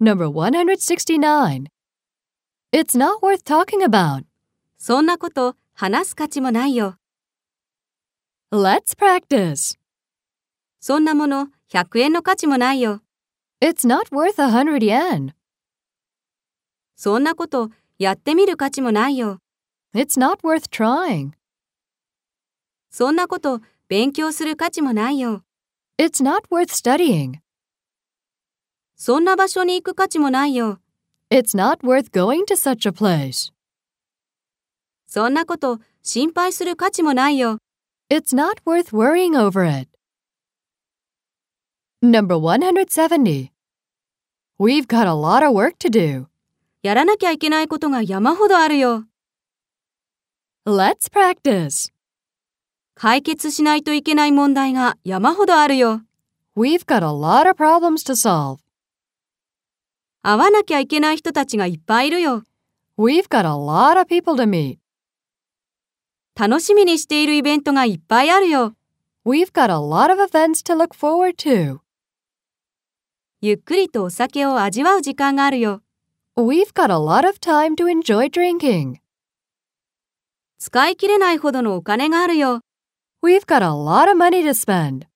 Number 169. It's not worth talking about. そんなこと話す価値もないよ。 Let's practice. そんなもの100円の価値もないよ。 It's not worth a hundred yen. そんなことやってみる価値もないよ。 It's not worth trying. そんなこと勉強する価値もないよ。 It's not worth studying. そんな場所に行く価値もないよ。 It's not worth going to such a place. そんなこと心配する価値もないよ。 It's not worth worrying over it. Number 170. We've got a lot of work to do. やらなきゃいけないことが山ほどあるよ。 Let's practice. 解決しないといけない問題が山ほどあるよ。 We've got a lot of problems to solve. 会わなきゃいけない人たちがいっぱいいるよ。 We've got a lot of people to meet. 楽しみにしているイベントがいっぱいあるよ。 We've got a lot of events to look forward to. ゆっくりとお酒を味わう時間があるよ。 We've got a lot of time to enjoy drinking. 使い切れないほどのお金があるよ。 We've got a lot of money to spend.